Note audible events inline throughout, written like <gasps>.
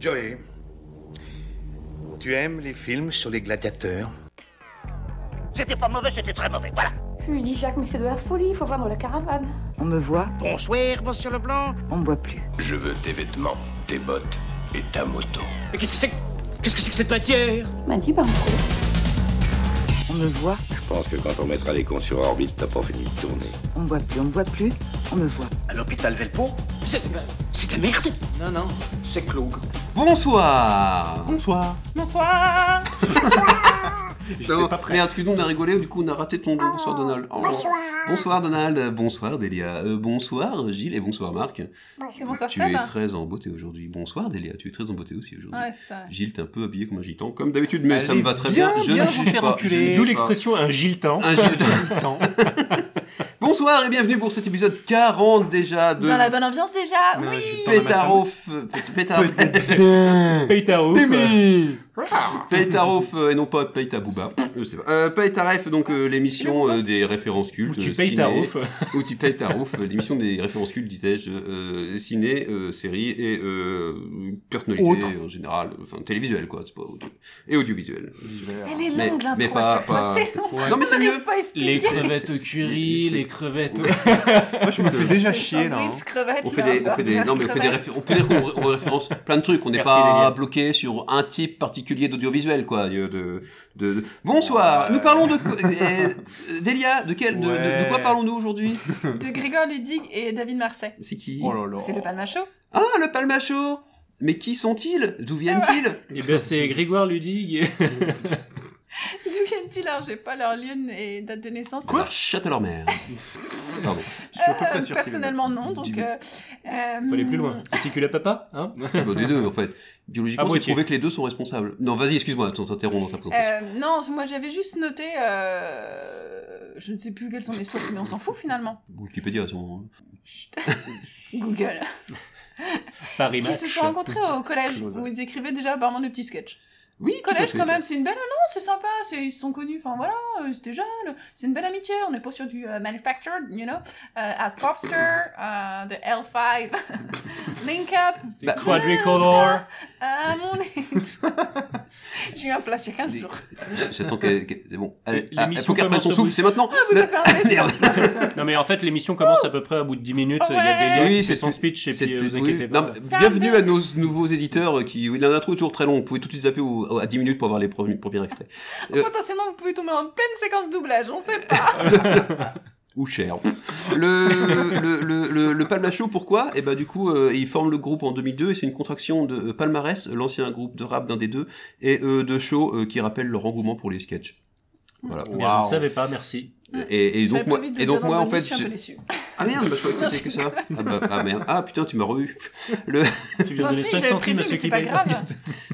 Joey, tu aimes les films sur les gladiateurs C'était pas mauvais, c'était très mauvais, voilà. Je lui dis, Jacques, mais c'est de la folie, il faut vendre la caravane. On me voit, Bonsoir, monsieur Leblanc. on me voit plus. Je veux tes vêtements, tes bottes et ta moto. Mais qu'est-ce que c'est que- Qu'est-ce que c'est que cette matière Il m'a dit, ben, on On me voit, Je pense que quand on mettra les cons sur orbite, t'as pas fini de tourner. on me voit plus, on me voit plus, on me voit. À l'hôpital Velpo C'est c'est de la merde Non, non, c'est Cloug. Bonsoir Bonsoir Bonsoir J'étais pas prêt. Merde, excuse-nous, on a rigolé, du coup on a raté ton bonsoir Ah, Donald. Oh. Bonsoir Donald, bonsoir Delia, Euh, bonsoir Gilles et bonsoir Marc. Bonsoir tu es Seb. très en beauté aujourd'hui. Bonsoir Delia, tu es très en beauté aussi aujourd'hui. Ouais, ça. Gilles, t'es un peu habillé comme un gitan, comme d'habitude, mais ça Allez, me va très bien. je ne vous juge faire pas. enculer. Je ne D'où juge pas. l'expression un giletan. Un <laughs> giletan. Giletan. Bonsoir et bienvenue pour cet épisode 40 déjà de Dans la bonne ambiance déjà Ouais, Oui je- Pétarof. Pétarof. Peitaro. Paytarof euh, et non pas Paytabouba. Je sais pas. Euh, Paytaref, donc euh, l'émission euh, des références Ou cultes. tu euh, payes ta ciné. rouf. Ou tu Paytarof, euh, l'émission des références cultes, disais-je, euh, ciné, euh, séries et euh, personnalités en général, enfin télévisuel quoi, c'est pas audio- et audiovisuel. Elle est Mais- longue mais l'intro pas- à chaque fois, pas- c'est long Non mais On c'est mieux. n'arrive pas à Les expliquer crevettes au C'est- curry, les crevettes. au- Moi, je me fais Les déjà sandwichs, crevettes, On fait des, on fait des, non mais on fait des réfé- on peut dire qu'on ré- on référence plein de trucs. On n'est Merci, pas Delia. bloqué sur un type particulier d'audiovisuel quoi. De, de, de- Bonsoir. Nous parlons de co- eh, Delia. De quel, de, de- de quoi Ouais. parlons-nous aujourd'hui De Grégoire Ludig et David Marseille. C'est qui Oh là là. C'est le palmachot Ah le palmacho. Mais qui sont-ils D'où <laughs> viennent-ils Eh bien, c'est Grégoire Ludig. et- <laughs> D'où viennent-ils alors J'ai pas leur lieu et date de naissance. Quoi Chatte à <laughs> leur mère. Pardon. Je suis un peu Euh, pas sûr personnellement non, donc... Dis-le. euh, euh, Faut aller plus loin. Testicule à papa, hein Bah, des deux en fait. À Biologiquement, c'est moitié. prouvé que les deux sont responsables. Non, vas-y, excuse-moi, on t'interromps dans ta présentation. euh, non, moi j'avais juste noté, euh, je ne sais plus quelles sont mes sources, mais on s'en <laughs> fout finalement. Wikipédia, à ce moment. Google. Paris Qui Match. se sont rencontrés au collège, Close. où ils écrivaient déjà apparemment des petits sketchs. Oui, tout à Collège fait. quand même, c'est une belle non, c'est sympa, c'est- ils se sont connus, enfin voilà, euh, c'était jeune, c'est une belle amitié, on n'est pas sur du euh, manufactured, you know, euh, as popster, euh, the <laughs> L5, link up, Bah, Quadricolore. <laughs> euh, mon <laughs> j'ai eu un flash quelqu'un jour. J'attends qu'elle. qu'elle- <laughs> c'est Bon, elle- ah, il L'émission faut qu'elle prenne son commence au souffle, bout. c'est maintenant. Ah, Vous avez fait un <laughs> test Merde. Non, mais en fait, l'émission commence à peu près au bout de 10 minutes. Il y a Ouais. des liens Oui, qui c'est fait son plus- speech, et c'est puis euh, plus- vous inquiétez oui. pas. Non, Ça bienvenue va. à nos nouveaux éditeurs euh, qui. Oui, l'intro est toujours très long, vous pouvez tout de suite zapper au- à 10 minutes pour avoir les premiers, premiers extraits. Euh. Potentiellement, vous pouvez tomber en pleine séquence doublage, on sait pas. Ou cher. Le, le, le, le, le Palmacho, pourquoi Et bah, du coup, euh, ils forment le groupe en 2002 et c'est une contraction de euh, Palmarès, l'ancien groupe de rap d'un des deux, et euh, de show euh, qui rappelle leur engouement pour les sketchs. Voilà. Eh bien, je ne savais pas, merci. Et, et J'avais donc, moi, prévu de le et donc dire dans moi le en fait, bonus, je suis un peu j'ai- déçue. ah merde, bah, je croyais que <laughs> c'était que ça. Ah, bah, ah merde, ah putain, tu m'as revu. Le, Tu viens de donner Non, Bah, si, 5 j'avais centimes prévu, à mais ceux c'est qui pas payent. grave.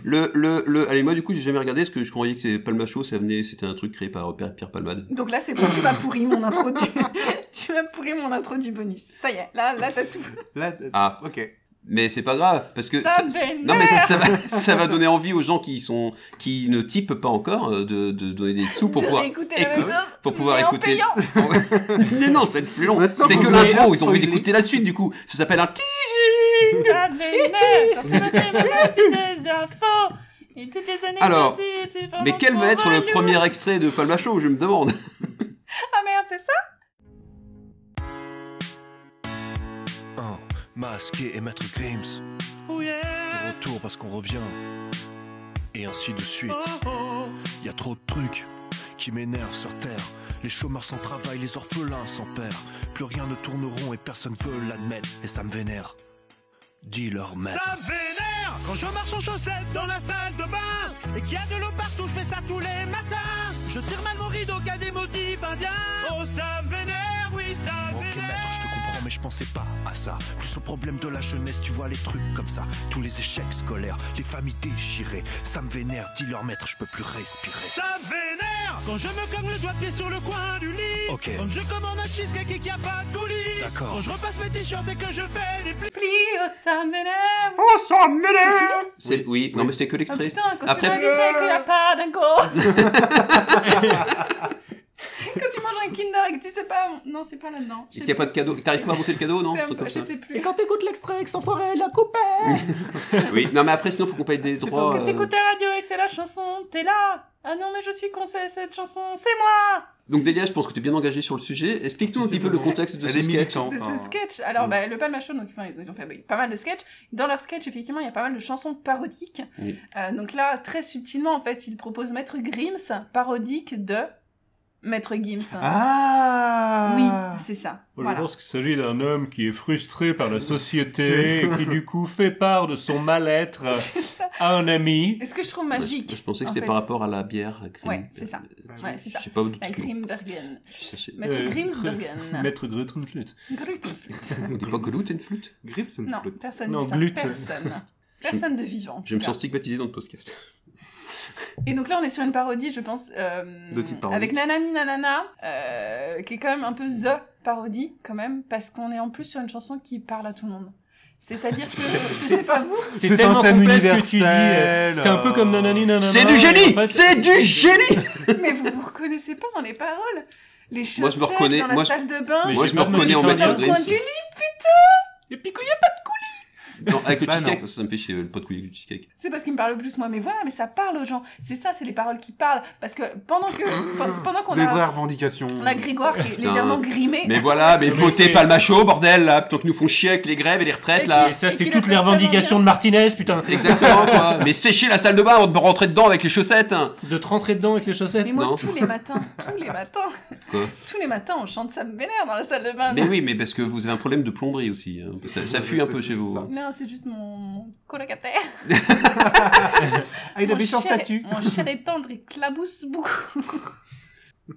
le, le, le- allez, moi du coup, j'ai jamais regardé parce que je croyais que c'est Palmacho, ça venait, c'était un truc créé par euh, Pierre, Pierre Palmade. Donc là, c'est bon, tu m'as pourri mon intro du... <laughs> tu m'as pourri mon intro du bonus. Ça y est, là, là, t'as tout. Là, Ah, ok. mais c'est pas grave parce que Ça m'énerve. non mais ça, ça va, <laughs> ça va donner envie aux gens qui sont qui ne typent pas encore euh, de, de donner des sous pour De pouvoir réécouter la même écouter- chose, pour pouvoir mais en écouter. payant. <laughs> mais non, c'est plus long. Maintenant, C'est vous que voulez l'intro, la ils ont envie spoiler. d'écouter la suite du coup. Ça s'appelle un teasing. Ça m'énerve, parce que c'est vraiment toutes les infos et toutes les années Alors, passées, c'est vraiment Mais quel va être trop le relou. premier extrait de Palmacho, je me demande. Ah merde, c'est ça Masqué et Maître Grims. Oh, De retour parce qu'on revient. Et ainsi de suite. Oh, Il y a trop de trucs qui m'énervent sur Terre. Les chômeurs sans travail, les orphelins sans père. Plus rien ne tourne rond et personne veut l'admettre. Et ça me vénère. Dis leur maître. Ça me vénère Quand je marche en chaussettes dans la salle de bain Et qu'il y a de l'eau partout, je fais ça tous les matins Je tire mal mon rideau qu'à des motifs indiens Oh ça me vénère, oui ça me Ok vénère maître, je te comprends mais je pensais pas à ça Plus au problème de la jeunesse, tu vois les trucs comme ça Tous les échecs scolaires, les familles déchirées Ça me vénère, dis leur maître, je peux plus respirer Ça me vénère Quand je me cogne le doigt de pied sur le coin du lit Ok. Quand je commande un cheesecake et qu'il n'y a pas de coulis D'accord. Quand je repasse mes t-shirts et que je fais les plis Pli, oh ça m'énerve Ah, C'est- Oui, non mais c'était que Oh l'extrait. putain, quand Après- tu vas <laughs> à Disney et qu'il n'y a pas d'un go Quand tu manges un Kinder blague, tu sais pas. Non, c'est pas là-dedans. Et qu'il n'y a pas de cadeau. T'arrives pas à monter le cadeau, non Je Un sais truc pas, comme je ça. sais plus. t'écoutes l'extrait avec son forêt, la coupé Oui. Non, mais après, sinon, faut qu'on paye des droits. Que euh, t'écoutes la radio et que c'est la chanson, t'es là. Ah non, mais je suis con, c'est- cette chanson, c'est moi Donc, Delia, je pense que tu es bien engagé sur le sujet. Explique-nous un petit peu le contexte de Elle ce est sketch. militante, de ce hein. sketch. Alors, bah, le Palma Show, donc, enfin, ils ils ont fait bah, pas mal de sketchs. Dans leur sketch, effectivement, il y a pas mal de chansons parodiques. Oui. Euh, donc là, très subtilement, en fait, ils proposent Maître Grims, parodique de Maître Gims. Ah Oui, c'est ça. Oh Moi, voilà. Je pense qu'il s'agit d'un homme qui est frustré par la <laughs> société et qui du coup fait part de son mal-être C'est ça. à un ami. Et ce que je trouve Ouais, magique. Je, je pensais que en c'était fait. par rapport à la bière. la crème. Ouais, c'est ça. Euh, Ouais, c'est ça. Je sais pas d'où La tu Grimbergen. cherchais. Maître Euh, Grimsbergen. <laughs> Maître Grüttenflüt. Grutenflüt. On dit pas gluten une flûte Grip, c'est une Non, flûte. personne Non, dit ça. glute. Personne. Personne de vivant. en Je me tout sens cas. stigmatisé dans le podcast. <laughs> Et donc là, on est sur une parodie, je pense, euh, De type parodie. avec Nanani Nanana, euh, qui est quand même un peu the parodie, quand même, parce qu'on est en plus sur une chanson qui parle à tout le monde. C'est-à-dire <laughs> que, je sais pas vous, C'est un tellement thème complexe que tu dis. euh, universel, C'est un peu comme nanani nanana. C'est du génie En fait, C'est du génie mais vous vous reconnaissez pas dans les paroles. Les Moi, chaussettes je me reconnais. dans la Moi, je- salle de bain, Mais Moi, j'ai je me peur de me reconnais en fixer dans Maître le coin Grims. du lit. Et puis qu'il <laughs> Non, avec le Bah, non. cheesecake, parce que ça me fait chier euh, le pot de couille avec le cheesecake. C'est parce qu'il me parle le plus, moi. Mais voilà, mais ça parle aux gens. C'est ça, c'est les paroles qui parlent. Parce que <gasps> pendant que, pen- pendant qu'on Des vraies a, revendications. on a Grégoire qui est Putain. légèrement grimé. Mais voilà, mais mais votez c'est- pas le macho, bordel, là, plutôt que nous font chier avec les grèves et les retraites, Et là. Et ça, Et c'est qu'il toutes le les fait revendications de Martinez, <laughs> putain. Exactement, quoi. Mais séchez la salle de bain avant de me rentrer dedans avec les chaussettes. hein. De te rentrer dedans avec les chaussettes. Mais moi, Non. tous les matins, tous les matins, <laughs> Quoi <laughs> tous les matins, on chante Sam Vénère dans la salle de bain. Mais oui, mais parce que vous avez un problème de plomberie aussi. hein. Ça, ça fuit un peu chez vous. hein. Non, c'est juste mon, mon colocataire. Ah, il mon avait son cher- statut. Mon cher est tendre et clabousse <laughs> beaucoup.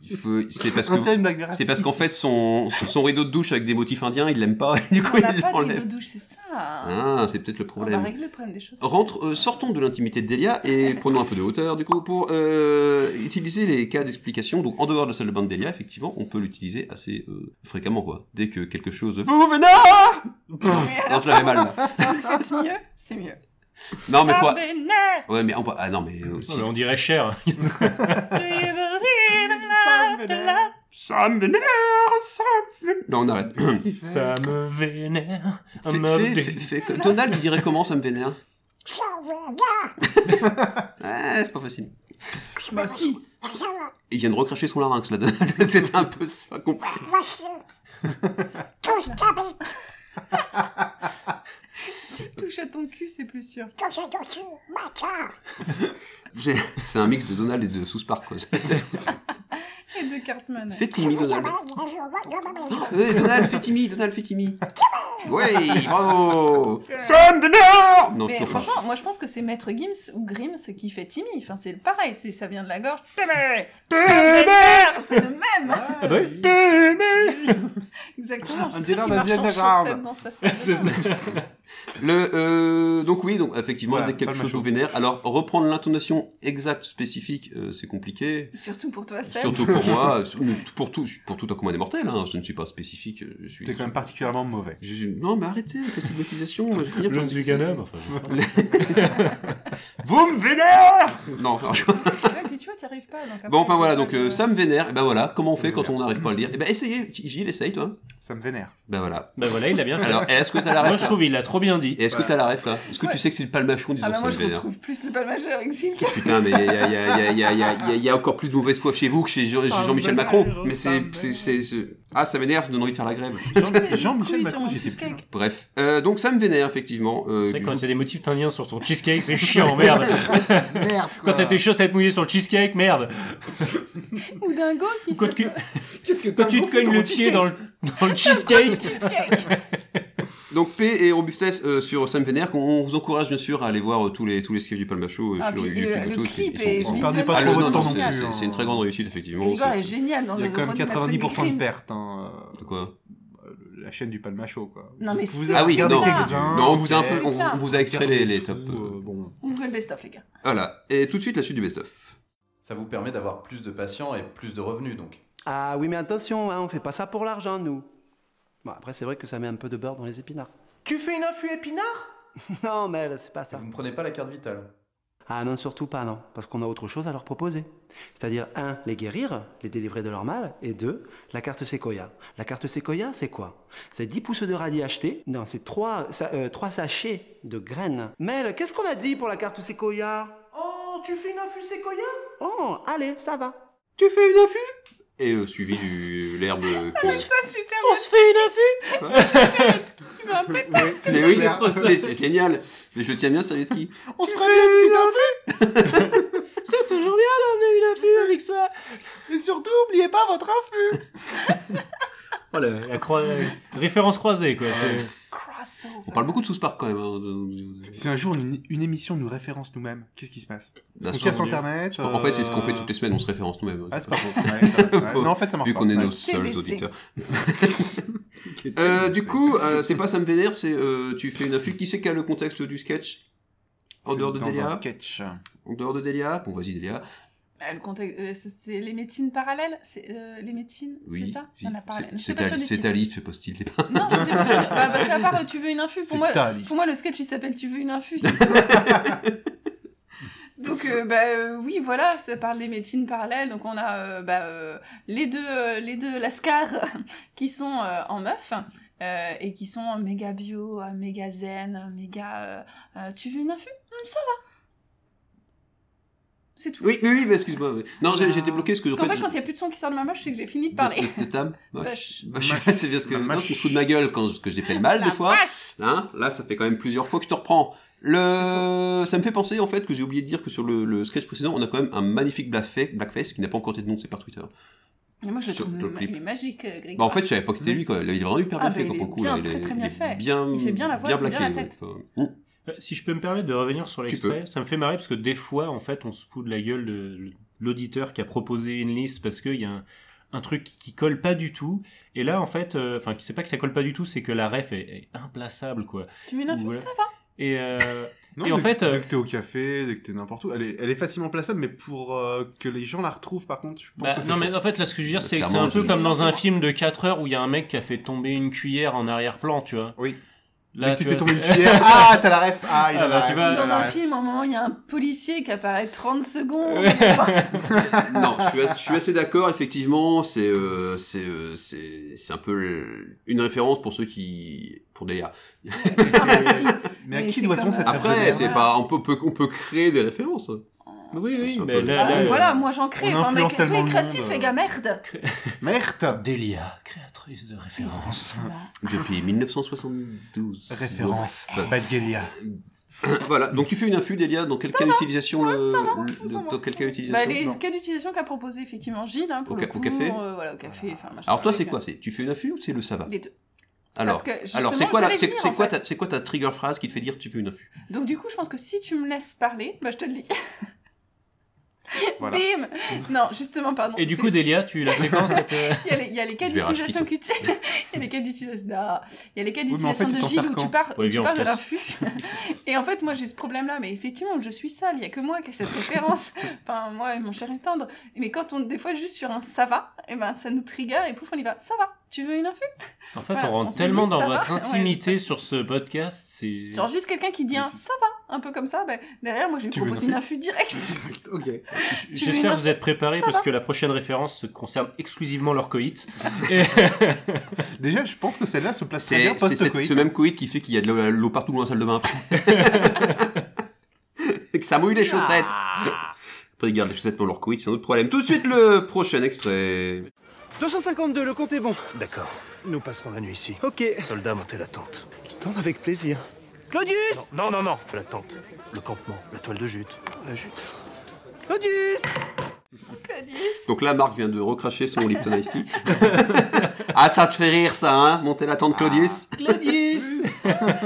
Il faut- C'est parce que. Ah, C'est une blague de C'est parce racisme. qu'en fait, son, son rideau de douche avec des motifs indiens, il l'aime pas, <laughs> et du coup, on n'a il pas de rideau l'enlève. de douche, c'est ça. hein. Ah, c'est peut-être le on va problème. régler le problème des choses. Rentre, euh, sortons de l'intimité de Delia <laughs> et prenons un peu de hauteur, du coup, pour euh, utiliser les cas d'explication. Donc, en dehors de la salle de bain de Delia, effectivement, on peut l'utiliser assez euh, fréquemment, quoi. Dès que quelque chose. Vous venez <laughs> Non, je l'avais <laughs> mal, là. Si vous le faites mieux, c'est mieux. Non, mais faut. Sam Vénère, Ouais, mais. on peut- Ah non, mais. euh, si- Non, mais on dirait cher. <laughs> tu es le rire de la- Ça me vénère, ça me vénère. Non, on arrête. Ça me vénère. Fais- un homme fais- dé- fais- fais- Donald, il dirait comment ça me vénère <laughs> Ah, c'est pas facile. Bah si. Il vient de recracher son larynx, là, Donald. <laughs> C'est un peu ça compris. Tu touches à ton cul, c'est plus sûr. Ah J'ai- C'est un mix de Donald et de South Park, <laughs> quoi. Et de Cartman. Fais Timmy, Donald. <laughs> Ouais, Donald, fais Timmy, Donald, fais Timmy. Oui, bravo Ça me vénère Non, Mais toujours pas. franchement, moi je pense que c'est Maître Gims ou Grims qui fait Timmy. Enfin, c'est pareil, c'est ça vient de la gorge. Timmy Timmy C'est le même Ah bah oui. Exactement, je Un suis délire sûre qu'il de marche en Vienne chaussettes grave. dans sa salle de C'est bain. ça. Le, euh, donc oui, donc effectivement, Voilà, dès que pas quelque le chose macho. vous vénère. Alors, reprendre l'intonation exacte, spécifique, euh, c'est compliqué. Surtout pour toi, Seb. Surtout <laughs> pour moi, sur- mais pour tout, pour tout un commun des mortels, hein, je ne suis pas spécifique, je suis... T'es quand même particulièrement mauvais. Je suis- Non mais arrêtez avec la stigmatisation, moi, je finis Je par- ne suis qu'un homme. Enfin, bah Vous me vénère Non, non, je- Ouais, puis tu vois, t'y arrives pas. Donc après, Bon, enfin c'est voilà, pas donc de- euh, ça me vénère, et ben voilà, comment on Ça fait me quand on vénère. n'arrive pas à le dire Et ben essayez, Gilles, essaye toi. Ça me <laughs> vénère. Ben voilà. ben voilà, il l'a bien fait. Alors, est-ce que t'as la moi, ref je là trouve il l'a trop bien dit. Et est-ce que t'as la ref là Est-ce que tu Ouais. sais que c'est le palmachon disant Ah bah moi ça je me vénère retrouve plus le palmageur avec Gilles. Putain, mais il y, a- y a- y a- y a- y a- y a- y a encore plus de mauvaise foi chez vous que chez, Jean- chez Jean-Michel Macron. Mais c'est. c'est- c'est- c'est- Ah, ça m'énerve, ça me donne envie de faire la grève. Jean- Couille Jean-Michel sur mon Macron, j'étais cheesecake. Bref. Euh, donc, ça me vénère, effectivement. euh, C'est vrai que du quand jour- t'as des motifs indiens sur ton cheesecake, c'est chiant, <laughs> merde. <laughs> Quand Ah. t'as tes chaussettes mouillées sur le cheesecake, merde. Ou Dingo qui Quand se- tu, Qu'est-ce que quand tu te cognes le pied dans le, dans le <laughs> cheesecake. Cheesecake. donc, paix et robustesse euh, sur Sam Vénère. qu'on- On vous encourage bien sûr à aller voir euh, tous les, tous les sketchs du Palmacho euh, Ah, sur puis, YouTube. euh, et le tout, clip ils sont- ils est sont- visuellement visuellement Ah, le- non, non, temps c'est- non génial. plus, c'est- hein. c'est une très grande réussite, effectivement. Grégoire C'est- est génial dans Il y le a quand même rôle de Matt 90% de Grims. pertes. hein, De quoi euh, La chaîne du Palmacho, quoi. Non, mais vous c'est Ah oui, Regardez non, quelques-uns, non, on vous a un regardez- peu, on, on vous a extrait les, les tops. euh, bon. Ouvrez le best-of les gars. Voilà. Et tout de suite, la suite du best-of. Ça vous permet d'avoir plus de patients et plus de revenus donc. Ah oui, mais attention, hein, on fait pas ça pour l'argent, nous. Bon, après, c'est vrai que ça met un peu de beurre dans les épinards. Tu fais une infu épinard <laughs> Non, mais c'est pas ça. Vous ne prenez pas la carte vitale. Ah non, surtout pas, non, parce qu'on a autre chose à leur proposer. C'est-à-dire, un, les guérir, les délivrer de leur mal, et deux, la carte Sequoia. La carte Sequoia, c'est quoi C'est 10 pouces de radis achetés, non, c'est 3, sachets de graines. Mel, qu'est-ce qu'on a dit pour la carte Sequoia Oh, tu fais une infus Sequoia Oh, allez, ça va. Tu fais une infus Et euh, suivi du <laughs> l'herbe qu'on... Ça, c'est On se fait une affût C'est Servetski qui veut <laughs> un pétasse Mais oui, c'est trop- c'est c'est génial. Mais je le tiens bien, Servietski. On se fait une affût C'est toujours bien d'emmener une affût avec soi Et surtout, oubliez pas votre infus <laughs> Oh, la, la croi- référence croisée, quoi. c'est- Crossover. On parle beaucoup de sous Park quand même. hein. Si un jour une, une émission nous référence nous-mêmes, qu'est-ce qui se passe Ça On se casse trouve. internet Je crois qu'en fait, c'est ce qu'on fait euh, toutes les semaines, on se référence nous-mêmes. Ah, c'est pas <laughs> faux. Ouais, c'est vrai. Ouais. Non, en fait, ça marche Vu pas. qu'on est nos Ouais. seuls TBC. auditeurs. <laughs> Euh, du coup, euh, c'est pas ça me vénère, c'est euh, tu fais une infu. Qui c'est qui a le contexte du sketch En C'est dehors de dans un Delia sketch. En dehors de Delia Bon, vas-y, Delia. Euh, le contexte, euh, c'est- c'est les médecines parallèles, c'est euh, les médecines, Oui, c'est ça oui. On en a parlé. C'est- Je C'est sais pas ta, sur les c'est titres. ta liste, fais pas style. Non, j'étais pas sûre. Bah, parce qu'à part euh, tu veux une infu, C'est pour moi, ta liste. pour moi le sketch il s'appelle Tu veux une infu. c'est tout. <laughs> donc euh, bah euh, oui voilà, ça parle des médecines parallèles. Donc on a euh, bah, euh, les deux euh, les deux lascars <laughs> qui sont euh, en meuf. euh, et qui sont méga bio, euh, méga zen, méga. euh, euh, tu veux une infu Hum, Ça va. C'est tout. Oui, oui, oui, mais excuse-moi. oui. Non, j'ai- j'étais bloqué parce que. Ben, Parce qu'en fait, j'ai- quand il n'y a plus de son qui sort de ma poche, c'est que j'ai fini de parler. De, de <laughs> table Vache. c'est bien ce que. Non, tu te fous de ma gueule quand je, que j'appelle mal, La des fois. vache. Hein Là, ça fait quand même plusieurs fois que je te reprends. Le... Ça me fait penser, en fait, que j'ai oublié de dire que sur le, le sketch précédent, on a quand même un magnifique blackface, blackface qui n'a pas encore été dénoncé par Twitter. Mais moi, je le Sur trouve le ma- clip. il est magique, euh, Greg. Bah, en fait, je savais pas que c'était lui, quoi. Là, Il est vraiment hyper bien Ah, fait, bah, quoi, pour il est le coup. là. bien, Il très, est- très bien il est fait. Bien, Il fait bien la voix, il fait bien la blacké, tête. ouais. Hum. Enfin, Euh, Si je peux me permettre de revenir sur l'extrait, ça me fait marrer parce que des fois, en fait, on se fout de la gueule de l'auditeur qui a proposé une liste parce qu'il y a un, un truc qui, qui colle pas du tout. Et là, en fait, euh, enfin, c'est pas que ça colle pas du tout, c'est que la ref est, est implaçable, quoi. Tu veux une info, Ou voilà. ça va <laughs> Et, euh, Non, et en dès- fait, dès que t'es au café, dès que t'es n'importe où, elle est, elle est facilement plaçable, mais pour euh, que les gens la retrouvent, par contre, je pense Bah, que c'est non, chaud. mais en fait, là, ce que je veux dire, c'est que c'est Clairement. un peu C'est comme dans un exactement. film de 4 heures où il y a un mec qui a fait tomber une cuillère en arrière-plan, tu vois. Oui. Là, tu vois, fais tomber <laughs> c'est- une cuillère. Ah, t'as la ref. Ah, il a la bah, tu ref. vois, Euh, Dans un ouais. film, à un moment, il y a un policier qui apparaît 30 secondes. Ah, non, je suis, as- je suis assez d'accord, effectivement, c'est euh, c'est euh, c'est- c'est un peu le- une référence pour ceux qui... pour Delia. bah, <laughs> Ah, Mais à Mais qui c'est doit-on comme, cette euh, Après, affaire c'est de pas... On peut, peut- on peut créer des références. hein. Oui, oui, mais Ah, euh, mais voilà, moi j'en crée. Enfin, mec, soyez créatifs, les gars, merde. Merde Delia, créatrice de références. Depuis 1972. Référence. Neuf. Bad <laughs> Gelia. voilà, donc tu fais une infu, Delia, dans quel Ça cas va. d'utilisation Ouais, le- ça va, le- ça va. Dans quel cas Bah, d'utilisation les Non. cas d'utilisation qu'a proposé effectivement Gilles, hein, pour Au le ca- au coup, café. euh, voilà, au café. enfin, machin Alors toi, truc. c'est quoi C'est tu fais une infu ou c'est le ça va Les deux. Alors, Parce que, alors c'est justement, quoi, la- j'allais c'est venir, c'est en quoi, fait. ta- c'est quoi ta trigger phrase qui te fait dire tu fais une infu Donc, du coup, je pense que si tu me laisses parler, bah, je te le dis. Voilà. Bim Non, justement, pardon. Et du c'est- coup, Delia, tu la fais quand cette. <laughs> euh, Il y a les- il y a les cas Je vais d'utilisation qui t- <laughs> il y a les cas d'utilisation non. Il y a les cas Oui, mais en d'utilisation fait, tu de t'en Gilles sers où tu quand parles, Ouais, où tu viens, on parles se de casse. l'infu. <laughs> et en fait, moi, j'ai ce problème-là. Mais effectivement, je suis sale. Il y a que moi qui ai <laughs> cette référence. enfin, moi et mon cher est tendre. Mais quand on, des fois, juste sur un ça va, et ben, ça nous trigger et pouf, on y va. Ça va. Tu veux une infu En fait, on Voilà, on rentre se tellement dit, dans ça va votre Ouais, intimité sur ce podcast, c'est. Genre juste quelqu'un qui dit un ça va, un peu comme ça. Ben, derrière, moi, je lui Tu veux propose une une <laughs> infu directe. ok. Tu veux une J'espère que vous infu êtes préparés Ça parce va. que la prochaine référence concerne exclusivement leur coït. Déjà, je pense que celle-là se place très bien C'est c'est cette- post-coït. ce même coït qui fait qu'il y a de l'eau- l'eau partout dans la salle de <laughs> bain après. Et que ça Ah. mouille les chaussettes. Après, ils gardent les chaussettes dans leur coït, c'est un autre problème. Tout de suite, le prochain extrait. 252, le compte est bon. D'accord. Nous passerons la nuit ici. Ok. Soldats, montez la tente. Tente avec plaisir. Claudius Non, non, non, non. La tente, le campement, la toile de jute. La jute. Oh, Claudius Donc là, Marc vient de recracher son Lipton Ice Tea. <laughs> ah, ça te fait rire, ça, hein Monter la tente, Ah. Claudius. Claudius <laughs> Là,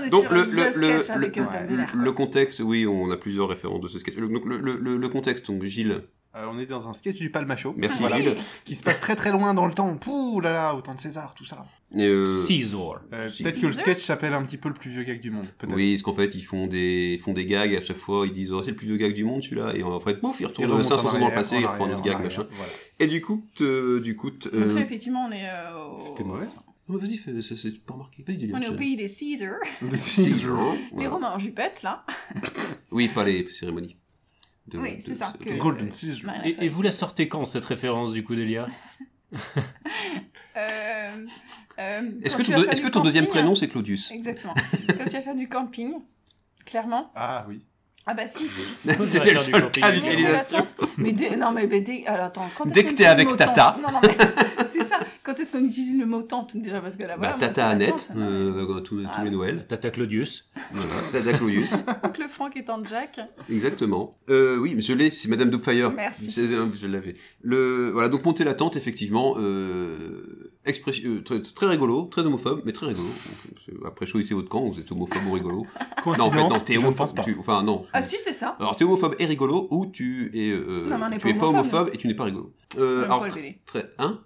on est Donc sur le, un le, The le, Sketch avec le- euh, Sam Vénère. le contexte, oui, on a plusieurs références de ce sketch. Le- Donc le, le- le- le contexte, donc Gilles. Euh, on est dans un sketch du Palmacho. Merci, Voilà. Gilles. Qui se passe très très loin dans le temps. Pouh là là, au temps de César, tout ça. Et, euh, Euh, Peut-être que le sketch s'appelle un petit peu le plus vieux gag du monde. Peut-être. Oui, parce qu'en fait, ils font des, ils font des gags et à chaque fois, ils disent oh, c'est le plus vieux gag du monde celui-là. Et en fait, bouf, ils Ils retournent remontent 500 ans en dans le arrière, passé, en ils refont un arrière, autre en gag, arrière, machin. voilà. Et du coup, te- du coup, te- Donc là, euh, effectivement, on est, euh, Oh. au- C'était mauvais, non, mais vas-y, fais- c'est c'est pas remarqué. Vas-y, dis-le, on est <laughs> au Michel. <laughs> pays des Caesars. Des Caesars, Les voilà. Romains en jupette, là. Oui, pas les cérémonies. de- Oui, de- c'est ça, de- que- euh, de- Golden Scissors. Marina Et, et vous la sortez quand cette référence du coup d'Elia Euh, euh, Est-ce quand que tu ton vas deux- faire est-ce du que ton deuxième camping- prénom, c'est Claudius <laughs> Exactement. Quand tu vas faire du camping, clairement. Ah oui. Ah bah si. C'était le seul cas Mais t'es d'utilisation. latente. Mais dès- non mais, mais dès- alors attends quand est-ce Dès que qu'on t'es utilise avec le mot Tata. tante Non, non, mais <laughs> c'est ça. Quand est-ce qu'on utilise le mot tante déjà parce que là voilà. Bah, moi, Tata ma Annette, tante, euh, tous tous les <laughs> Noëls. Tata Claudius. Voilà, Tata Claudius. Oncle Franck et tante Jacques. Exactement. Euh, oui, mais je l'ai, c'est Madame Doubtfire. Merci. C'est- euh, Je l'avais. Le, voilà, donc monter la tente, effectivement, euh, express- euh, très, très rigolo, très homophobe, mais très rigolo. Donc, c'est- Après, choisissez votre camp, vous êtes homophobe ou rigolo. Coïncidence, non, en fait, non, t'es je ne homophobe. pense pas. tu- enfin, non. Ah si <laughs> c'est ça. Alors, c'est homophobe et rigolo, ou tu es, euh, Non, mais on n'est tu pas es pas homophobe. homophobe et tu n'es pas rigolo. Euh, Même alors, Paul tr- Bellé. très, <laughs> hein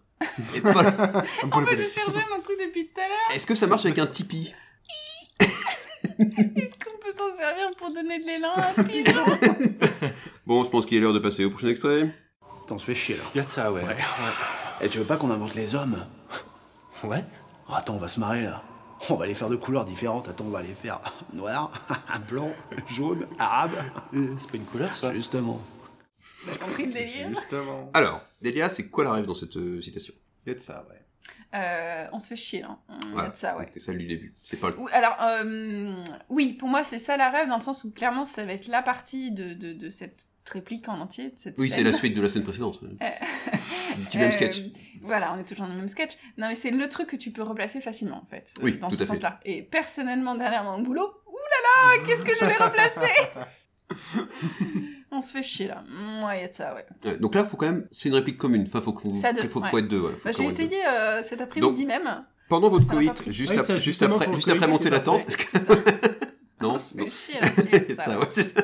Et Paul- En fait j'ai cherché mon truc depuis tout à l'heure. Est-ce que ça marche avec un Tipeee Est-ce qu'on peut s'en servir pour donner de l'élan <laughs> à un pigeon Bon, je pense qu'il est l'heure de passer au prochain extrait. T'en se fait chier là. Y'a de ça, ouais. Et tu veux pas qu'on invente les hommes Ouais Attends, on va se marrer là. On va les faire de couleurs différentes. Attends, on va les faire <laughs> noir, blanc, jaune, arabe. Euh, C'est pas une couleur ça Justement. T'as compris le délire Justement. Alors, Delia, c'est quoi la rêve dans cette euh, citation Y'a de ça, ouais. Euh, On se fait chier hein. On y a Voilà. de ça ouais. C'est ça le début. C'est pas le Ou- alors, euh, oui, pour moi, c'est ça la rêve, dans le sens où clairement, ça va être la partie de, de, de cette réplique en entier. De cette Oui, scène. c'est la suite de la scène <laughs> précédente. Euh, Du même sketch. euh, Voilà, on est toujours dans le même sketch. Non, mais c'est le truc que tu peux replacer facilement, en fait, euh, Oui, dans tout ce à fait. sens-là. Et personnellement, dernièrement au boulot, oulala, qu'est-ce que je l'ai replacé <laughs> On se fait chier, là. Moi, il y a de ça, ouais. Ouais, donc là, faut quand même, c'est une réplique commune. Enfin, faut que vous- C'est à deux, faut, faut ouais. être deux. voilà, faut Bah, quand J'ai même être essayé euh, cet après-midi même. deux. Pendant votre Ça m'a pas coït, pris. juste, Ouais, après- ça, juste justement, après, pour le juste coït, après c'est monter la pas tente, vrai. parce que- <laughs> On non. se non. <laughs> fait chier, là. Il y a de Ça, ça, ouais, ouais. c'est ça.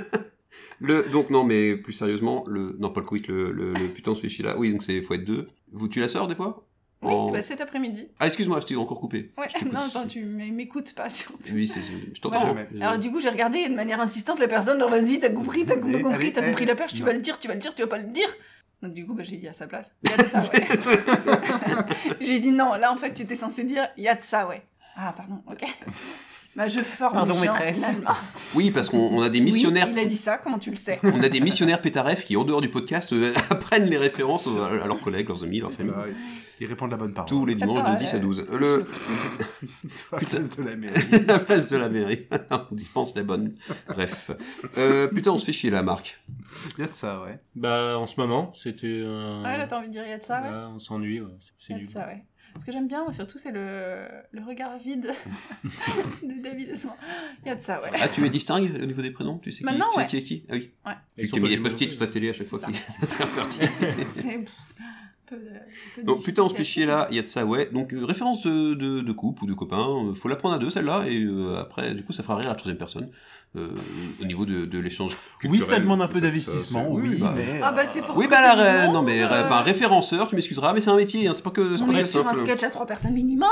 Le, donc non, mais plus sérieusement, le non pas le coït, le, le, le putain celui là. Oui, donc c'est faut être deux. Vous tu la sors des fois Oui, En- bah, cet après-midi. Ah excuse-moi, je t'ai encore coupé. Oh. Ouais, Je t'écoute. non, attends, tu m'écoutes pas, surtout. Oui, c'est- je t'entends. Voilà. Alors du coup, j'ai regardé de manière insistante la personne, genre vas-y, t'as compris, t'as Allez, compris, t'as allez, compris allez. la perche, tu Non. vas le dire, tu vas le dire, tu vas pas le dire. Donc du coup, bah, j'ai dit à sa place, y a <laughs> de ça, ouais. j'ai dit non, là en fait, tu étais censé dire, y a de ça, ouais. Ah, pardon, <laughs> ok. bah, je forme Pardon, les gens, maîtresse. finalement. Oui, parce qu'on on a des Oui, missionnaires. il a dit ça, comment tu le sais On a des missionnaires pétarefs qui, en dehors du podcast, euh, <laughs> apprennent les références aux- à leurs collègues, leurs amis, leurs familles. Bah, Ils répondent la bonne parole. <laughs> Tous les dimanches de Bah, 10 à euh, 12. je Le... le <laughs> À la place de la mairie. la place de la mairie. <laughs> on dispense la bonne. Bref. Euh, putain, on se fait chier la marque. Y'a de ça, ouais. Bah en ce moment, c'était un. Ouais, là, t'as envie de dire y a de ça, ouais. Là, on s'ennuie, ouais. c'est Y a de nul. ça, ouais. Ce que j'aime bien, moi, surtout, c'est le... le <laughs> regard vide de David. Il y a de ça, ouais. Ah, tu les distingues au niveau des prénoms Tu sais qui, Maintenant, tu sais ouais. qui est qui Ah oui. Ouais. Et Tu ils sont t'es mis pas des des post-it mauvais. sur ta télé à chaque fois C'est qu'il <laughs> y a un parti. C'est un peu de- un peu de Donc putain, on se fait chier difficulté. là, il y a de ça, ouais. Donc euh, référence de, de, de couple ou de copain, euh, faut la prendre à deux celle-là, et euh, après, du coup, ça fera rire à la troisième personne euh, au niveau de, de l'échange. Oui, culturel, ça demande un peu ça, d'investissement, ça, oui, bah, mais... Ah bah c'est pour Oui, bah là, recruter du euh, non, monde, mais euh, ré- enfin, référenceur, tu m'excuseras, mais c'est un métier, hein, c'est pas que c'est On pas est que sur un simple. sketch à trois personnes minimum.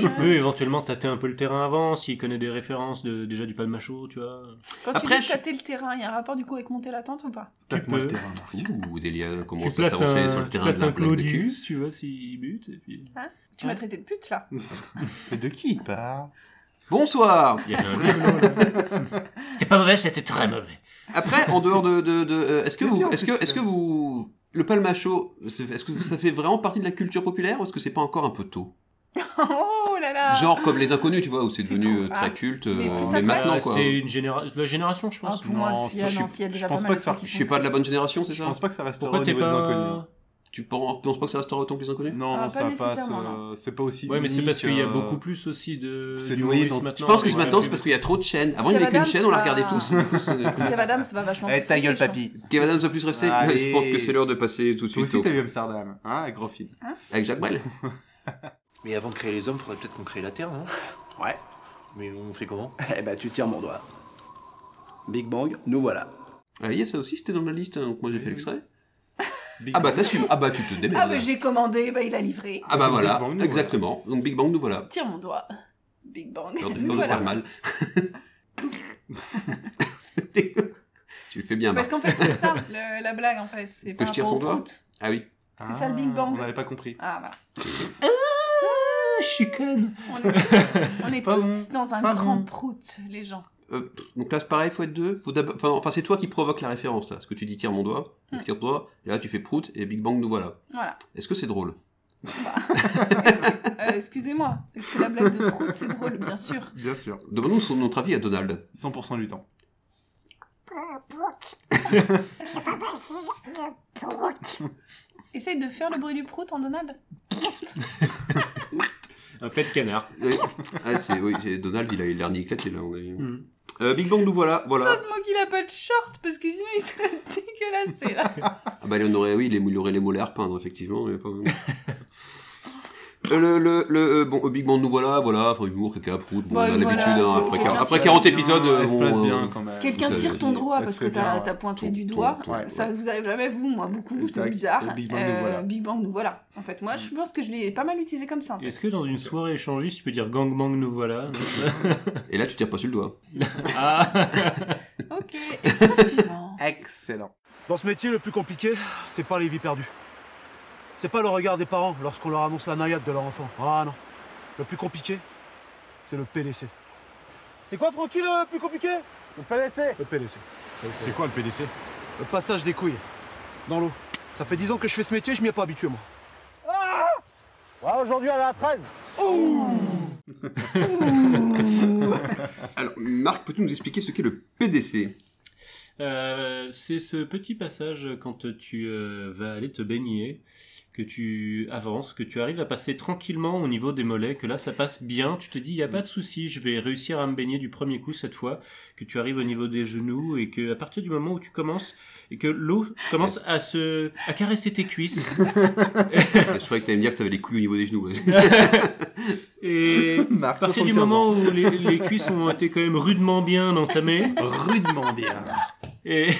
Tu peux éventuellement tâter un peu le terrain avant, s'il connaît des références de, déjà du palmacho, tu vois. Quand Après, tu dis je- tâter le terrain, il y a un rapport du coup avec monter la tente ou pas Tape-moi le peux. terrain, Marc. Ouh, Delia Tu commence à places s'avancer un, sur le tu terrain places de la un blague de cul. Claudius, tu vois, s'il bute, et puis... Tu m'as traité de pute là. Mais de qui il parle Bonsoir Il y avait un tableau, là. <laughs> C'était pas mauvais, c'était très mauvais. Après, en dehors de... de, de, euh, est-ce que vous... Est-ce que, est que vous... Le palmacho, c'est- est-ce que ça fait vraiment partie de la culture populaire ou est-ce que c'est pas encore un peu tôt Oh là là Genre comme les inconnus, tu vois, où c'est C'est devenu trop- euh, très ah, culte, mais euh, plus mais après. maintenant Ah, quoi. C'est une génération, la génération, je Ah, pense. pour moi, Non, s'il y a, je- non, s'il y a je déjà pense pas pas mal que de ça- trucs qui Je sont suis pas de la cultes. bonne génération, c'est Je ça pense pas que ça restera Pourquoi au t'es niveau des inconnus. pas... Tu pen- penses pas que ça restera autant que les inconnus Non, Ah, pas ça passe. nécessairement, euh, C'est pas aussi. Ouais, mais c'est unique, parce qu'il y a euh, beaucoup plus aussi de... c'est du noyé humorisme dans- Je Je maintenant. pense que je Ouais, m'attends, ouais. c'est parce qu'il y a trop de chaînes. Avant, il y avait Kev qu'une Adams, chaîne, on la ça- regardait <laughs> tous. Du coup, ça- Kev Adams va vachement Eh, plus ta rester, gueule, je pense. papy. Kevin Adams a plus resté. Allez. Je pense que c'est l'heure de passer tout Toi de suite aussi, au- t'as vu Amsterdam, hein, à gros film. avec Jacques Brel. Mais avant de créer les hommes, faudrait peut-être qu'on crée la Terre, non Ouais. Mais on fait comment Eh ben, tu tires mon doigt. Big Bang, nous voilà. Ah, il y a ça aussi, c'était dans la liste, hein, donc moi j'ai fait l'extrait. Ah bah t'assumes, ah bah tu te démerdes. Ah bah j'ai commandé, bah il a livré. Ah bah Big voilà, Bang, nous exactement. Donc Big Bang, nous voilà. Tire mon doigt. Big Bang. <laughs> Peur de, peur de Voilà. faire mal. <laughs> tu le fais bien, Parce Marc. qu'en fait c'est ça le- la blague en fait. C'est Que par je tire rapport ton au doigt prout. Ah oui. C'est ça, le Big Bang. On n'avait pas compris. Ah voilà. Ah, je suis conne On est tous, on est Pas tous bon, dans un pas grand bon. prout, les gens. euh, donc là, c'est pareil, faut être deux. Faut d'abord- enfin, enfin, c'est toi qui provoque la référence, là. Parce que tu dis tire mon doigt, donc Mm. tire ton doigt, et là, tu fais prout, et Big Bang, nous voilà. Voilà. Est-ce que c'est drôle Euh, Excusez-moi, est-ce que la blague de Prout, c'est drôle, bien sûr. Bien sûr. Demandons son- notre avis à Donald. 100% du temps. Essaye de faire le bruit du Prout en Donald. Un pet de canard. <laughs> Ah, c'est, oui, c'est- Donald, il a il a l'air éclaté, là, on est- Hmm. Euh, Big Bang, nous voilà, voilà. Heureusement qu'il a pas de short, parce que sinon il serait <laughs> dégueulassé, là. Ah bah, il en aurait, oui, il est- il aurait les molaires peindre, effectivement. <laughs> mais pas- Euh, le, le, le, euh, bon, euh, Big Bang, nous voilà, voilà, enfin, humour, caca, prout, bon, Bah, on a voilà, l'habitude, hein, tu- après, quelqu'un 40, après tire- 40 épisodes, Elle euh, se bon, place euh, bien, quand même. Quelqu'un vous tire savez, ton droit elle parce se que fait t'as bien, t'as pointé du doigt. Ça vous arrive jamais, vous, moi, beaucoup. C'est tac, bizarre. et Euh, Big Bang, nous voilà. Big Bang, nous voilà. En fait, moi, je pense que je l'ai pas mal utilisé comme ça. en fait. Est-ce que dans une soirée échangiste, tu peux dire gangbang, nous voilà Ah. Et là, tu tires pas sur le doigt. Ok, extrait suivant. Excellent. Dans ce métier, le plus compliqué, c'est pas les vies perdues. C'est pas le regard des parents lorsqu'on leur annonce la naïade de leur enfant. Ah non. Le plus compliqué, c'est le PDC. C'est quoi, Francky, le plus compliqué Le PDC Le PDC. C'est quoi, le PDC Le passage des couilles. Dans l'eau. Ça fait 10 ans que je fais ce métier, je m'y ai pas habitué, moi. Ah ouais, aujourd'hui, elle est à 13. Alors, Marc, peux-tu nous expliquer ce qu'est le PDC Euh, c'est ce petit passage quand tu euh, vas aller te baigner, que tu avances, que tu arrives à passer tranquillement au niveau des mollets, que là ça passe bien, tu te dis il n'y a pas de souci, je vais réussir à me baigner du premier coup cette fois, que tu arrives au niveau des genoux et que à partir du moment où tu commences et que l'eau commence à se à caresser tes cuisses. <laughs> Je croyais que t'allais me dire que t'avais les couilles au niveau des <laughs> genoux. Et à Marc, partir du 75 moment ans. où les, les cuisses ont été quand même rudement bien entamées, rudement bien, et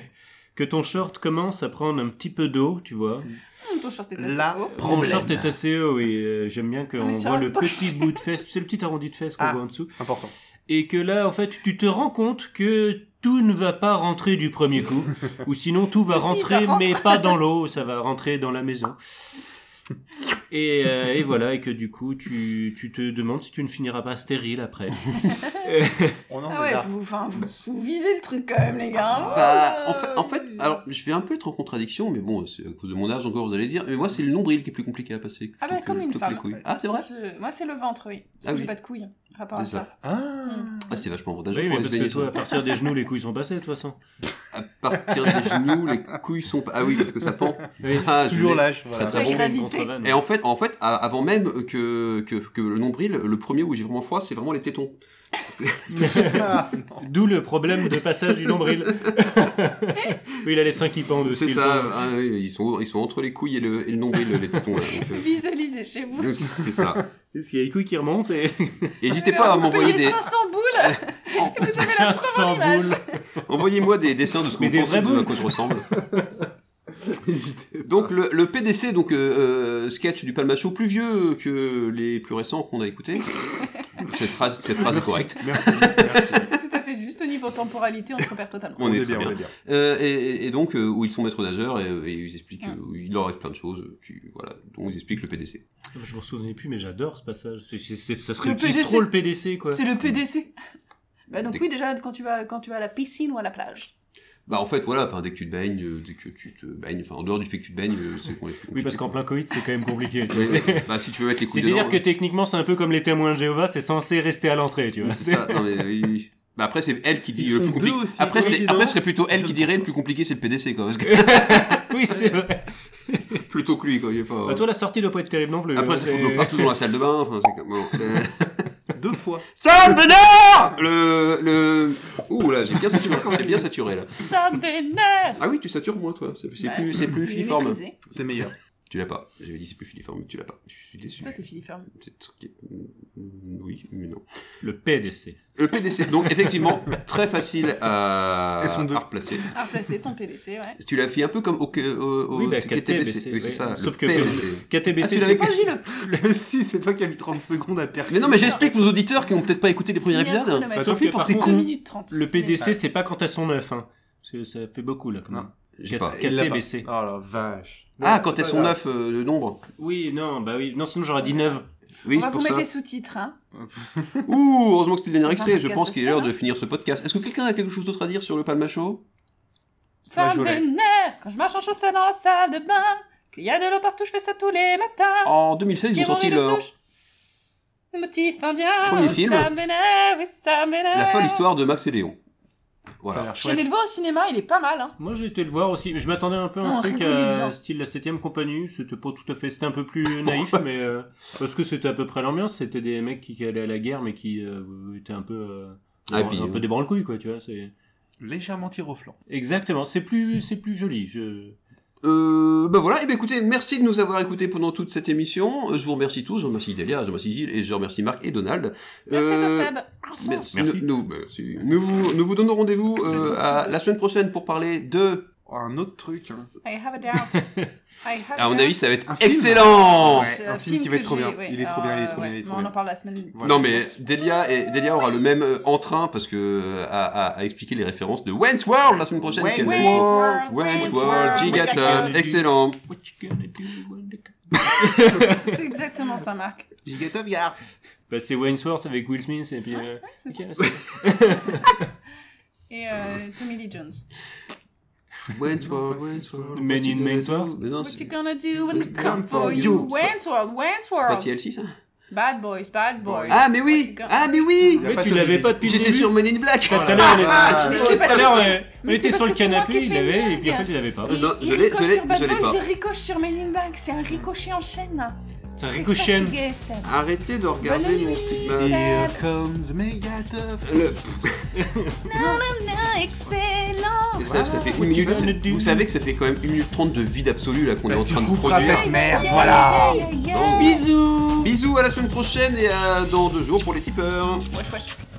<laughs> que ton short commence à prendre un petit peu d'eau, tu vois. Hum, Ton short est assez Là, haut. Mon short est assez haut et euh, j'aime bien On qu'on est sur voit un le petit passé. bout de fesse, tu sais, le petit arrondi de fesse qu'on Ah, voit en dessous. Important. Et que là, en fait, tu te rends compte que tout ne va pas rentrer du premier <laughs> coup. ou sinon, tout va Mais si, rentrer, ça rentre. mais pas dans l'eau, ça va rentrer dans la maison. Et, euh, et voilà, et que du coup, tu, tu te demandes si tu ne finiras pas stérile après. Bah, On Ah ouais, vous, enfin, vous, vous vivez le truc quand même, les gars. hein. Bah, en fait, en fait, alors, je vais un peu être en contradiction, mais bon, c'est à cause de mon âge encore, vous allez dire. Mais moi, c'est le nombril qui est plus compliqué à passer. Ah bah, plutôt que- comme une plutôt que les femme. couilles. Ah, c'est vrai Je- Moi, c'est le ventre, oui. Parce Ah que oui. j'ai pas de couilles, par rapport à C'est ça. ça. Ah, Ah, c'était vachement avantageux Oui, pour mais aller parce se que baigner, toi, à ça. partir des genoux, les couilles sont passées, de toute façon. À <laughs> partir des genoux, les couilles sont pas- Ah oui, parce que <laughs> ça pend. Oui. Ah, je Toujours l'ai. l'âge, Très, voilà. très La bon. gravité. Et en fait, en fait, a- avant même que, que, que le nombril, le premier où j'ai vraiment froid, c'est vraiment les tétons. <laughs> D'où le problème de passage du <laughs> nombril. oui, il a les seins qui pendent aussi. C'est le ça, pauvre. ah oui, ils, sont, ils sont entre les couilles et le, et le nombril, les tétons. là, donc, <laughs> euh, Visualisez chez vous. C'est ça. Parce qu'il y a les couilles qui remontent et. N'hésitez pas à Vous m'envoyer payez des. 500 boules Est-ce que ça fait la preuve en image Envoyez-moi des dessins de ce que Mais vous des pensez vraies de à boules. quoi je ressemble. donc le, le PDC, donc euh, euh, sketch du Palmacho, plus vieux que les plus récents qu'on a <laughs> écoutés. cette phrase, cette phrase est correcte. <laughs> C'est tout à fait juste. Au niveau temporalité, on se repère totalement. On, est, très bien. Euh, et- et, et donc euh, où ils sont maîtres nageurs et, euh, et ils expliquent, Ah. euh, où il leur arrive plein de choses. euh, Qui, voilà, donc ils expliquent le PDC. Je m'en souvenais plus, mais j'adore ce passage. C'est- c'est- c'est- ça serait Le le PDC. bistrot, le PDC, quoi. C'est le PDC. Bah donc Des- oui, déjà, quand tu, vas, quand tu vas à la piscine ou à la plage. Bah en fait voilà, enfin dès que tu te baignes, euh, dès que tu te baignes, enfin en dehors du fait que tu te baignes, euh, c'est qu'on est plus Oui, parce compliqué. qu'en plein Covid, c'est quand même <laughs> compliqué. tu Oui, sais. oui. Bah, si tu veux mettre les couilles C'est-à-dire dedans, que oui. techniquement, c'est un peu comme les témoins de Jéhovah, c'est censé rester à l'entrée, tu vois. C'est ça, non, mais oui, oui. Bah après, c'est elle qui dit Ils le sont plus deux compliqué. aussi, après, c'est, coïncidence. après, ce serait plutôt elle qui dirait le plus compliqué, c'est le PDC, quoi. Parce que... <laughs> oui, c'est vrai. plutôt que lui, quoi. Il est pas... Bah, toi, la sortie doit pas être terrible non plus. Après, hein, ça fout de l'eau partout dans la salle de bain. Enfin, c'est comme. bon, euh. Deux fois. Ça me vénère <laughs> Le. le... Ouh là, j'ai bien <laughs> saturé. J'ai bien saturé là. Ça m'énerve Ah oui, tu satures moins, toi. C'est, c'est Ouais. plus, c'est plus Il est filiforme. maîtrisé. C'est meilleur. Tu l'as pas. J'avais dit c'est plus filiforme, tu l'as pas. Je suis déçu. Toi, t'es filiforme. C'est ce qui est- Mm, Oui, mais non. Le PDC. Le PDC, donc effectivement, très facile à, Elles sont deux. à replacer. À placer Ah, bah, ton PDC, ouais. Tu l'as fait un peu comme au, au, au Oui, bah, KTBC. KTBC, Oui, c'est ouais. ça. Sauf que le PDC. KTBC, Ah, tu c'est- l'avais pas, <laughs> Gilles si, c'est toi qui as mis 30 secondes à perdre. Mais non, mais j'explique aux auditeurs qui ont peut-être pas écouté les premiers J'ai mis un épisodes. chronomètre. Bah, tant pis pour ces cons. 2 minutes 30. Le PDC, c'est pas quand elles sont neufs. Hein. Parce que Ça fait beaucoup, là, quand même. j'ai pas. Il l'a pas. KTBC. Oh la vache. Ah, quand elles sont neufs, euh, le nombre. Oui, non, bah oui. Non, sinon j'aurais dit 9. Oui, on va c'est vous pour mettre ça. les sous-titres. Hein. Ouh, heureusement que c'était le dernier Dans un extrait. Je podcast pense qu'il est social, l'heure de hein. finir ce podcast. Est-ce que quelqu'un a quelque chose d'autre à dire sur le Palma Show Ça me Flageolet. vénère quand je marche en chaussettes dans la salle de bain. Qu'il y a de l'eau partout, je fais ça tous les matins. En 2016, ils ont Qui sorti nourrit le leur touche. Le motif indien. Premier Oh, film. Ça me vénère, oui, ça me vénère. La folle histoire de Max et Léon. Voilà. Je suis allée le voir au cinéma, il est pas mal. Hein. Moi j'ai été le voir aussi, mais je m'attendais un peu à un On truc rigolait à bien. style la 7ème compagnie, c'était pas tout à fait, c'était un peu <laughs> plus naïf, mais euh, parce que c'était à peu près l'ambiance, c'était des mecs qui, qui allaient à la guerre mais qui euh, étaient un peu euh, Habillés, un peu Ah, ouais. des branle-couilles quoi, tu vois, c'est légèrement tir au flanc. Exactement, c'est plus c'est plus joli. Je... Euh, ben voilà, et ben écoutez, merci de nous avoir écoutés pendant toute cette émission. Euh, Je vous remercie tous, je remercie Delia, je remercie Gilles et je remercie Marc et Donald. Merci à toi, Euh, Seb. Merci. Merci. Nous, nous- merci. Nous vous, nous vous donnons rendez-vous euh, à la semaine prochaine pour parler de un autre truc. hein. I have a doubt. I have À mon a avis, doubt. ça va être excellent. C'est un film qui va que être trop j'ai- bien. ouais, Il est trop bien, il est trop euh, bien, il est ouais. trop On en bien. parle la semaine Non mais Delia et Delia aura le même euh, entrain parce que euh, à, à- à expliquer les références de Wayne's World la semaine prochaine. Wayne's qu'elles World, sont. Wayne's Wayne's World, World, Gigatov, Gigatov. excellent. C'est exactement ça, Marc. Bah, c'est Wainsworth avec Will Smith et puis euh, c'est ok, ça. c'est- Et euh, Tommy Lee Jones. Wayne's World, Wayne's World. Men in Men's World. Mais non, What c'est you gonna do when they Come come for for you. you? Wayne's World, Wayne's pas World. TLC ça. Bad boys, bad boys. Ah mais oui, ah mais oui. Mais tu l'avais pas depuis le J'étais début. sur Men in Black. Tout à l'heure, on était- Ah, mais c'est tout à parce l'heure, que on- c'est- on mais était c'est sur le parce que c'est moi qui canapé, il ai fait une l'avait, et puis en fait, blague. il l'avait pas. Non, Il je l'ai- ricoche je l'ai- sur Bad je l'ai Boys, pas. il ricoche sur Men in Black, c'est un ricochet en chaîne. C'est un T'es ricochet. fatigué, Seb. Arrêtez de regarder Bonne mon Bah, nuit, stigma. Seb. comes euh, Megatov. Le- Non, non, non, excellent. Et ça, ça fait une minute. c'est- Vous savez que ça fait quand même une minute 30 de vide absolu là qu'on est en train de couperas produire. cette merde, voilà. Bisous. Bisous à la semaine prochaine et à dans deux jours pour les tipeurs. Wesh, wesh.